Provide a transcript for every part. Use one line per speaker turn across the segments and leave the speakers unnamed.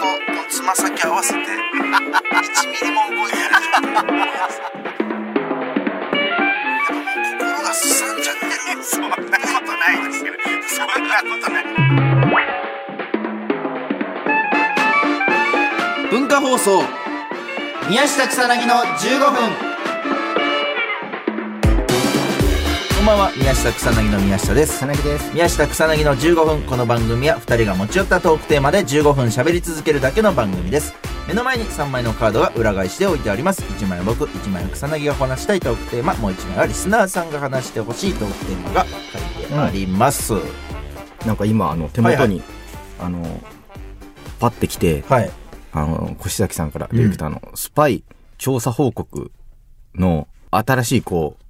ま先合わせて1ミリも動いてない状態やっぱもう心がすさんじゃってる
そんなことないですけどそんなことない
文化放送
宮下草薙の15分
こんばんは宮下草薙の宮下です
草薙です
宮下草薙の15分この番組は2人が持ち寄ったトークテーマで15分喋り続けるだけの番組です目の前に3枚のカードが裏返しで置いてあります1枚は僕1枚は草薙が話したいトークテーマもう1枚はリスナーさんが話してほしいトークテーマが書いてあります、
なんか今あの手元に、
は
あのパッて来て
はい
あの越崎さんからディレクターの、スパイ調査報告の新しいこう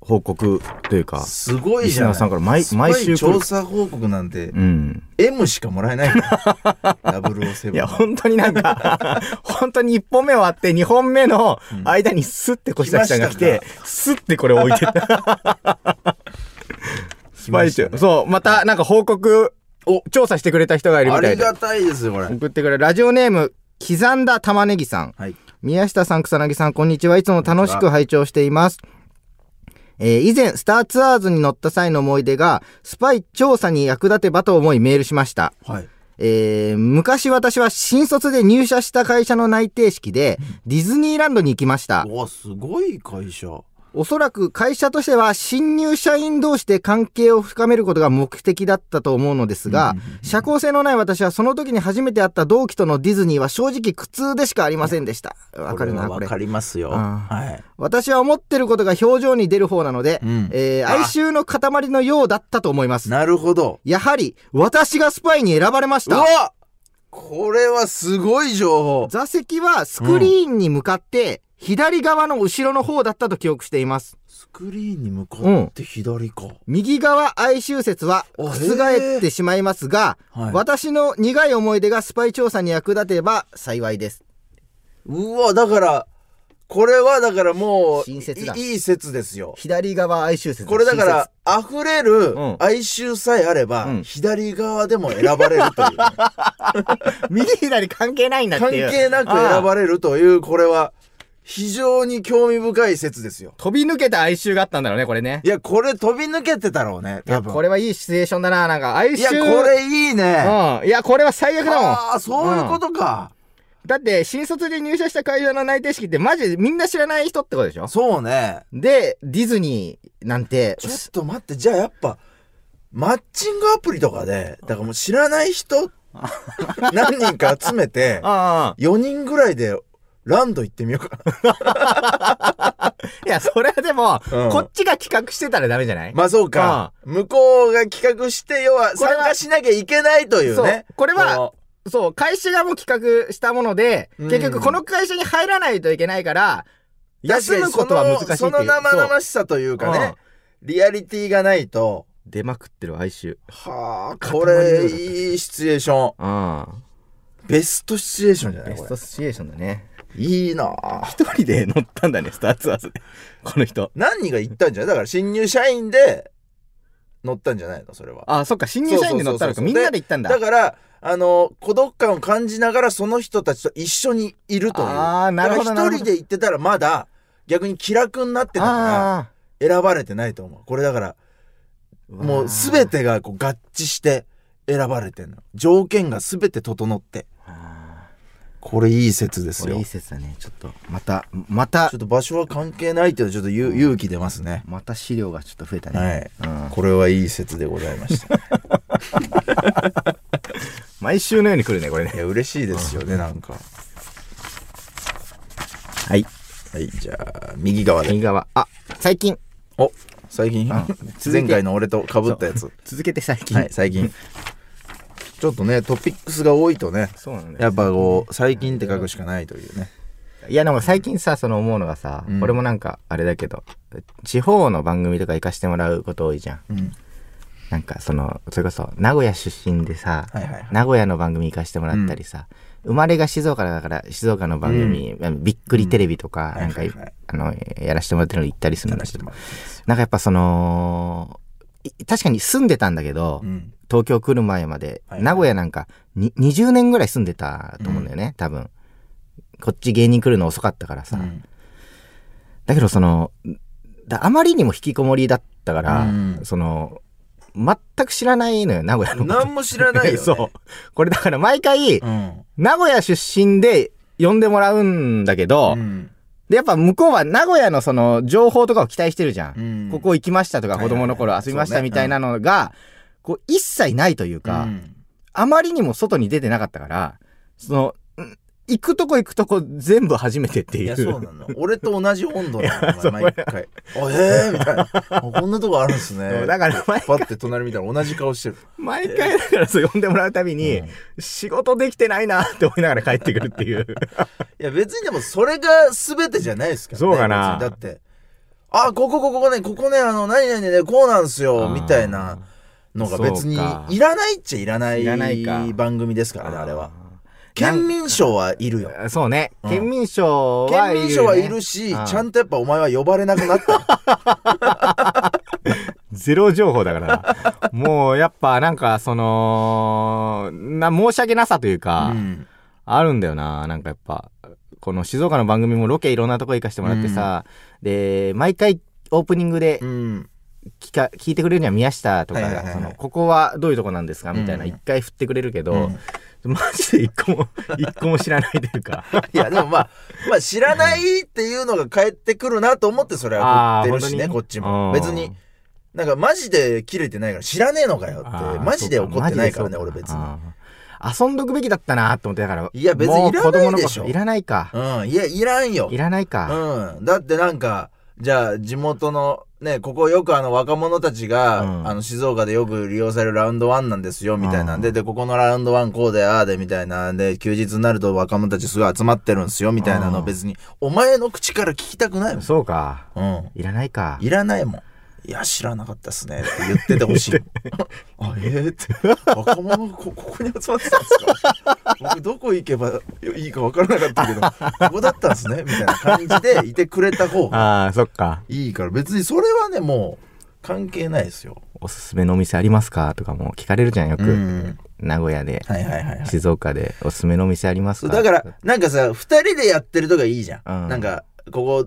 報告というか
すごいじゃない
リスナーさんから毎
すごい
毎週来る
調査報告なんて
うん
M しかもらえないから007
いや本当になん か本当に1本目終わって2本目の間にスッて越崎さんが来て
来
スッてこれ置いてった
来
ま
ま
い
したね
そう、またなんか報告を調査してくれた人がいるみ
あ
た
り
いで。
がたいですよこれ
送ってくれるラジオネーム、刻んだ玉ねぎさん。
はい
宮下さん、草薙さん、こんにちは。いつも楽しく拝聴しています。えー以前、スターツアーズに乗った際の思い出が、スパイ調査に役立てばと思いメールしました。
はい
えー昔私は新卒で入社した会社の内定式で、ディズニーランドに行きました。
おすごい会社
おそらく会社としては新入社員同士で関係を深めることが目的だったと思うのですが、社交性のない私はその時に初めて会った同期とのディズニーは正直苦痛でしかありませんでした。わかるな、
れは
こ
わ
れ
か。りますよ。
あ
はい。
私は思ってることが表情に出る方なので、
うん
えー
あ
哀愁の塊のようだったと思います。
なるほど。
やはり、私がスパイに選ばれまし
う
た。
わこれはすごい情報。
座席はスクリーンに向かって、左側の後ろの方だったと記憶しています。
スクリーンに向かって左か。
右側哀愁説は
お
覆ってしまいますが、
はい
私の苦い思い出がスパイ調査に役立てば幸いです。
うわ、だから、これはだからもう、
親切だ
いいい説ですよ。
左側哀愁説
これだから、溢れる
うん
哀愁さえあれば、
うん
左側でも選ばれる という。
親切右左関係ないんだって
関
いう
係なく選ばれるという、これは、非常に興味深い説ですよ。
飛び抜けた哀愁があったんだろうねこれね
いや、これ飛び抜けてたろうね、多分。
これはいいシチュエーションだななんか哀愁
いや、これいいね。
うんいやこれは最悪だもん
ああ、そういうことか。
だって新卒で入社した会社の内定式ってマジでみんな知らない人ってことでしょ
そうね。
でディズニーなんて
ちょっと待って、じゃあやっぱ、マッチングアプリとかで、だからもう知らない 人、何人か集めて、
ああ
4人ぐらいで、ランド行ってみようかな。
いやそれはでも、
うん
こっちが企画してたらダメじゃない
まあそうか。向こうが企画して、要は
これ
参
は
加しなきゃいけないというね
そう。これは
の
そう、会社がもう企画したもので、
うん
結局この会社に入らないといけないから、休むことは難しいっていう
そのその生々しさというかね、リアリティがないと、
出まくってる哀愁。
はあ、これ、
塊のようだった
いいシチュエーション。
あ
ベストシチュエーションじゃ
あ
ない
ベ
これ
スト。シチュエーションだね。
いいなあ
一人で乗った んだね、スターツアーズで。この人。
何人が行ったんじゃないだから新入社員で乗ったんじゃないのそれは。
ああ、そっか、新入社員で乗った
そ
のか。
うそうそうそう
みんなで行ったんだ。
だから、あの、孤独感を感じながらその人たちと一緒にいるという。
ああ、なるほど
だから
なる
一人
ほど。
で行ってたらまだ逆に気楽になってたか
あ
ら選ばれてないと思う。これだから、
あ
もうすべ。てがこう合致して選ばれてんの。条件がすべて整って。
あ
これいい説で
あこ
す
れ
よ。
いい
ち
説だね。ちょっと、また、また
ょっ、と場所は関係ないっていうのはちょっとゆ勇気出ますね。
また資料がちょっと増えたね。
はい。
うん
これはいい説でございました。
毎週のように来るね、これね
い。や、嬉しいですよね、なんか。
はい。
はい、じゃあ、右側で。
右側。あ、最近。
お最近、
続いて
前回の俺と被ったやつ。
続けて最近。
はい、最近。ちょっとね、トピックスが多いとね、
そうなんだよ
やっぱこう、最近って書くしかないというね。
いやでも最近さその思うのがさ、
うん
俺もなんかあれだけど地方の番組とか行かしてもらうこと多いじゃん
うん。
なんかそのそれこそ名古屋出身でさ、
はいはいはい。
名古屋の番組行かしてもらったりさ、生まれが静岡だから静岡の番組、びっくりテレビとか、
うん
なんか、
はいはいはい
あのやらしてもらってるの行ったりするんだ
話して
けど
もらってます
なんかやっぱそのい確かに住んでたんだけど、
うん。
東京来る前まで、
はい
名古屋なんかに20年ぐらい住んでたと思うんだよね、多分。こっち芸人来るの遅かったからさ。
うん
だけどその、だあまりにも引きこもりだったから、
うん
その、全く知らないのよ、名古屋のこと。
何も知らないよ、ね
そう。これだから毎回、
うん
名古屋出身で呼んでもらうんだけど、
うん
で、やっぱ向こうは名古屋のその情報とかを期待してるじゃん。
うん
ここ行きましたと
は
か、
いは
子
い
供の頃遊びましたみたいなのが、こう一切ないというか、
うん
あまりにも外に出てなかったから、その、うん行くとこ行くとこ全部初めてって
い
いう。
やそうなの俺と同じ温度なのお
そう
前毎回「あええみたいなあ「こんなとこあるんです
そ
ね
う」だ から毎
パッて隣見たら同じ顔してる
毎回だからそう呼んでもらうたびに、
うん
仕事できてないなって思いながら帰ってくるっ ていう。
いや別にでもそれが全てじゃないですからね
そうかな
別にだって「あここここねここねあの何々ねこうなんすよ」みたいなのが別に
そうか
いらないっちゃいらない
いらないか
番組ですからねあれは。
なん
県民賞はいるよ
あー。そうね。
うん
県民賞は
県
いる、ね。
民賞はいるし
うん
ちゃんとやっぱお前は呼ばれなくなった
ゼロ情報だ から。もうやっぱなんかその、な、申し訳なさというか、
うん
あるんだよな。なんかやっぱ、この静岡の番組もロケいろんなとこ行かしてもらってさ、で、毎回オープニングで
うん
聞か、聞いてくれるには宮下とか
はいはいはいは
が、
い
その、ここはどういうとこなんですかみたいな
うん
一回振ってくれるけ
う
ど
ん、
マジで一個も、 一個も知らないと いうか。
いやでもまあまあ知らないっていうのが返ってくるなと思ってそれは振ってるし
あー本当
ね
に
こっちも
うん
別になんかマジで切れてないから知らねえのかよってマジで怒ってないからね俺別に。
に。遊んどくべきだったなと思って、だから。
いや別にいらないでしょ
もう子供の頃いらないか。
うんいやいらんよ
い。らないか。
うんだってなんかじゃあ地元のねここよくあの若者たちが、
うん
あの静岡でよく利用されるラウンドワンなんですよみたいなんで、
うん
でここのラウンドワンこうでああでみたいなんで休日になると若者たちすごい集まってるんですよみたいなの
うん
別にお前の口から聞きたくないもん。
そうか。
うん
いらないか。
いらないもん。いや、知らなかったっすね。って言っててほしい。 あ、えー、って。若者がこ、ここに集まってたんですか僕、どこ行けばいいか分からなかったけど、ここだったんですねみたいな感じでいてくれた方が
ああ、そっか。
いいから、別にそれはね、もう、関係ないですよ。
おすすめのお店ありますかとかも聞かれるじゃん、よ
う
く。
ん。
名古屋で、
はいはいはい、はい。
静岡でおすすめのお店あります
そ
か
うだから、なんかさ、二人でやってるとかいいじゃん。
うん
なんか、ここ、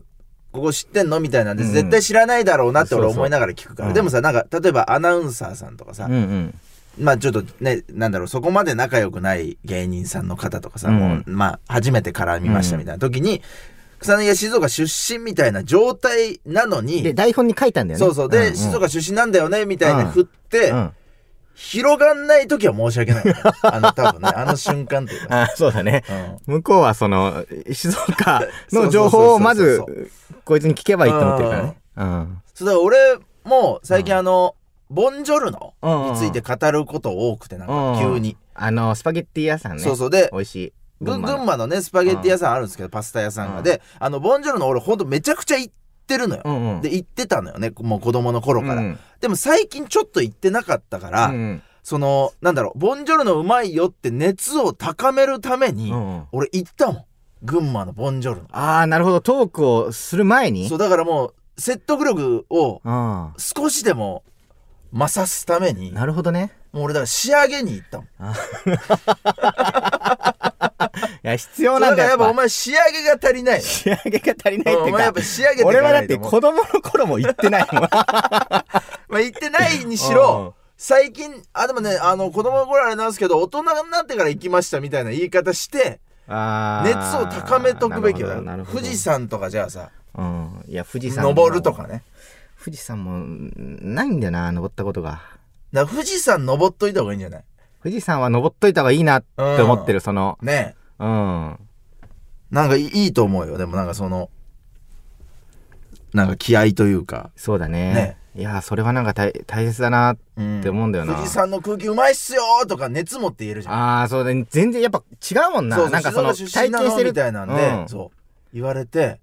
ここ知ってんのみたいなんで、
うん
絶対知らないだろうなって俺思いながら聞くから。
そうそう
でもさ、なんか、例えばアナウンサーさんとかさ、
うんうん。
まあちょっとね、なんだろう、そこまで仲良くない芸人さんの方とかさ、
うん
もう、まあ、初めて絡みましたみたいな時に、草薙が静岡出身みたいな状態なの
で、
に、
台本に書いたんだよね。
そうそう、で、静岡出身なんだよね、みたいな振って、
うん。
広がんない時は申し訳 ないよね。あの、多分ね、あの瞬間っていうか。
あーそうだね。
うん
向こうはその、静岡
そうそうそうそ
の
う
情報をまず、こいつに聞けばいいと思ってるからね。うん。
そうだから俺も最近あの、ボンジョルノ
うんうんうん
について語ること多くてなんか急に、
あの、スパゲッティ屋さんね。
そうそうで
美味しい。
群
の
馬のねスパゲッティ屋さんあるんですけど、パスタ屋さんが、
うん
であのボンジョルノ俺ほんとめちゃくちゃ行ってるのよ、
うんうん。
で行ってたのよねもう子供の頃から、
うん
でも最近ちょっと行ってなかったから、
うん
そのなんだろうボンジョルノうまいよって熱を高めるため
う
に、
んうん。
俺行ったもん群馬のボンジョルノ
ああ、なるほど。トークをする前に。
そううだからもう説得力を
ん。
少しでも勝すために
なるほどね。
もう俺だから仕上げに行ったもん
いや、必要な
だか
んだ
らや
よ。や
っ
っ
ぱ
ぱ
お前仕上げが足りないよ。
仕上げが足りないっ
お
ていう
前やっ
か
ぱ。仕上げていか
俺はだ
な
っ
いと
て
思う
子供の頃も行ってないもん。
まあ言ってないにし
うんう
ろ
ん、
最近、あ、でもね、あの、子供の頃あれなんですけど、大人になってから行きましたみたいな言い方して、
あ
熱
ー
を高めとくべきよ
なるほどなる。ほど
富士山とかじゃあさ、
うん。いや、富士山。
登ると。かね。
富士山も、ないんだよな、登ったことが。
だから富士山登っといた方がいいんじゃない
富士山は登っといた方がいいなって思って
う
る、その、
ねえ。
うん。
なんかいいいいと思うよ。でもなんかその、なんか気合というか。
そうだね。
ね
いや、それはなんか大大切だな。
うん
って思うんだよな
富士山の空気うまいっすよーとか熱持って言えるじゃん。
ああ、そうだね。全然やっぱ違うもんな。
そうそう
なんかその、
静岡出
体
身な
験してる。
みたいなんで、
うん
そう言われて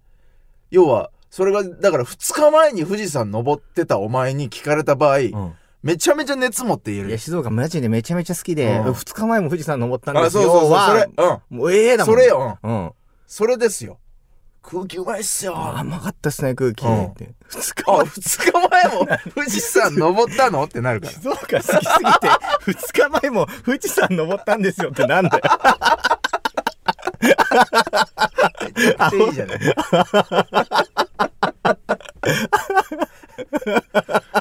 要はそれがだから2日前に富士山登ってたお前に聞かれた場合、
うん
めちゃめちゃ熱持って言え
い
る
や、静岡マジでめちゃめちゃ好きで、
うん
2日前も富士山登ったん
あ
です
そう
よ。
そうそうそれ
は、もうええ
う
だ
ん
もん。
それ。よ、うん
うん。
それですよ空気うまいっすよ。
あ
あ、
甘かったっすね、空気。
うん
って二日前
2日前も富士山登ったのってなるから。
静岡好きすぎて、二日前も富士山登ったんですよってなんだよ。
めっちゃいいじゃない。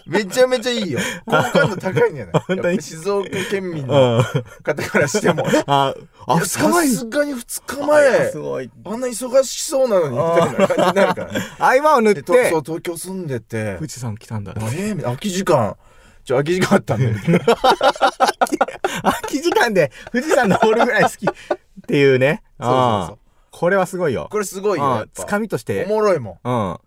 めちゃめちゃいいよ。好感度高いんじゃない
本当に
やっぱ静岡県民
う
の
ん。
方からしても。
あ、 あ、
あ、
二日前
さすがに2日前
す。ごい。
あんな忙しそうなのに、みたいな感じになるから ね。
合間を縫っ
でとそう
て、
東京住んでて
富士山来たんだ。
あれみたいな空き時間ちょ空き時間あったんだよみたいな
空き時間で富士山登るぐらい好きっていうね。
そうそうそう
うんこれはすごいよ。
これすごいよやっぱ
つかみとして。
おもろいもん
うん。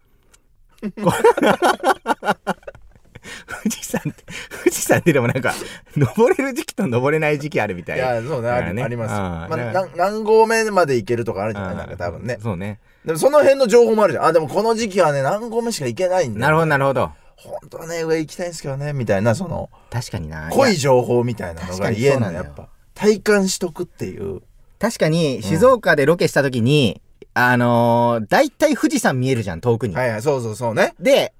富士山って、富士山ってでもなんか、登れる時期と登れない時期あるみた
い
い。
やそうね
だか
あ
ら
り
ね
ありますよ
ああ
まあ
だから
なん何合目まで行けるとかあるじゃな
う
い
ん
なんか多分ね
そうね。
でもその辺の情報もあるじゃんあでもこの時期はね何合目しか行けないん
な
だ
るほど、なるほど。
本当はね上行きたいんですけどねみたいなその
確かにな。
濃い
や
情報みたいなの
確
が
かに
言えんの
そう
や
なんだよ
っぱ体感しとくっていう
確かに、静岡でロケした時に、あのー、大体富士山見えるじゃん、遠くに。
はいはいそうそうそうね
で、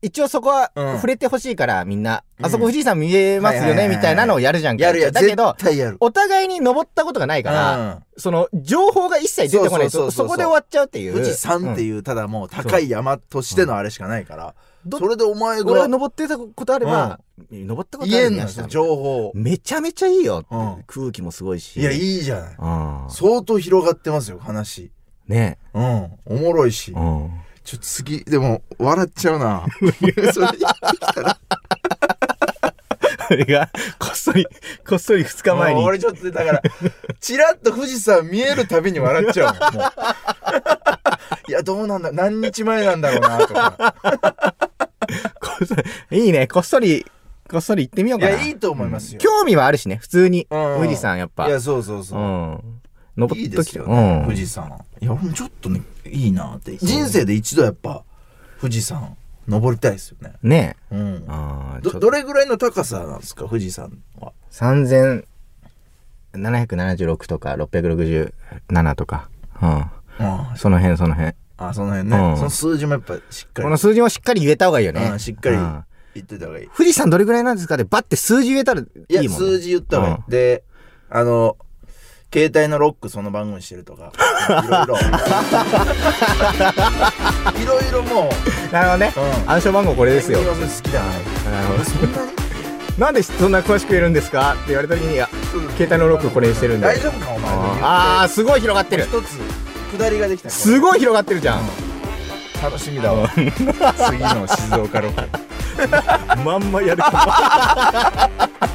一応そこは
うん
触れてほしいから、みんな、
うん
あそこ富士山見えます
はいは
よ
い
ね、
はい
みたいなのをやるじゃんか。
やるやる
だけど
絶、対やる
お互いに登ったことがないから、
うん
その、情報が一切出てこない
そうそうそう
と、
そう
そこで終わっちゃうっていう。
富士山って
う
いうただもう高い山としてのあれしかないから、
んど
それでお前
俺は
が
登ってたことあれば、登ったことあ
言え
る
ん
み
の
た
よ
いな
情報
めちゃめちゃいいよって、
うん
空気もすごいし。
いやいいじゃない
うん。
相当広がってますよ話
ね。
うんおもろいし
うん。
ちょっと次でも笑っちゃう なそれ
俺が、こっそり、こっそり2日前
もう
に。
俺ちょっとだからチラッと富士山見えるたびに笑っちゃうもんもういやどうなんだ何日前なんだろうな とか
こっそりいいね、こっそり、こっそり行ってみよう
い
かな。
やいいと思いますよ、
興味はあるしね、普通に。
うん
富士山やっぱ。
いやそうそうそうう、
ん。登
いい
っ
で
とき
す
て
よね、
うん
富士山いや俺もちょっとねいいなって人生で一度やっぱ富士山登りたいですよね
ねえ。
うん
ああ、ち
ど
ょっと
どれぐらいの高さなんですか富士山は
3776とか667とか、う
あ
ん、その辺その辺
あその辺ね、
うん
その数字もやっぱしっかり
この数字もしっかり言えた方がいいよね、
うんしっかり
うん
言ってた方がいい
富士山どれぐらいなんですかってバッて数字言えたらい
いや
いもん、ね、
数字言った方がいい、
うん
であの携帯のロックその番組してるとかいろいろいろ いろもう
なるほどね、
うん
暗証番号これですよ
君はそれ好きだな
なるほど
そんな に
なんでそんな詳しく言えるんですかって言われた時にいや携帯のロックこれにしてるんで
大丈夫かお前
ああーすごい広がってる
一つ下りができた
す
い
ごい広がってるじゃん
楽しみだわ 次の静岡ロケ
まんまやる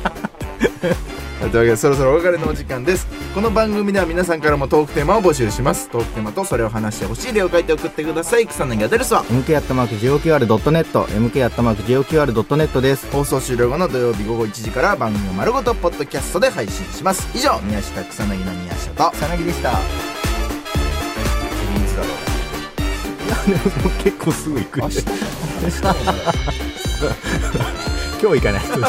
はいというわけでそろそろお別れのお時間ですこの番組では皆さんからもトークテーマを募集しますトークテーマとそれを話してほしい例を書いて送ってください草薙アドレスは
MK アットマーク JOQR.net MK アットマーク JOQR.net です
放送終了後の土曜日午後1時から番組を丸ごとポッドキャストで配信します以上宮下草薙の宮下 と
さなぎでした
水だろ
結構すぐ行く
明日
今日行かないと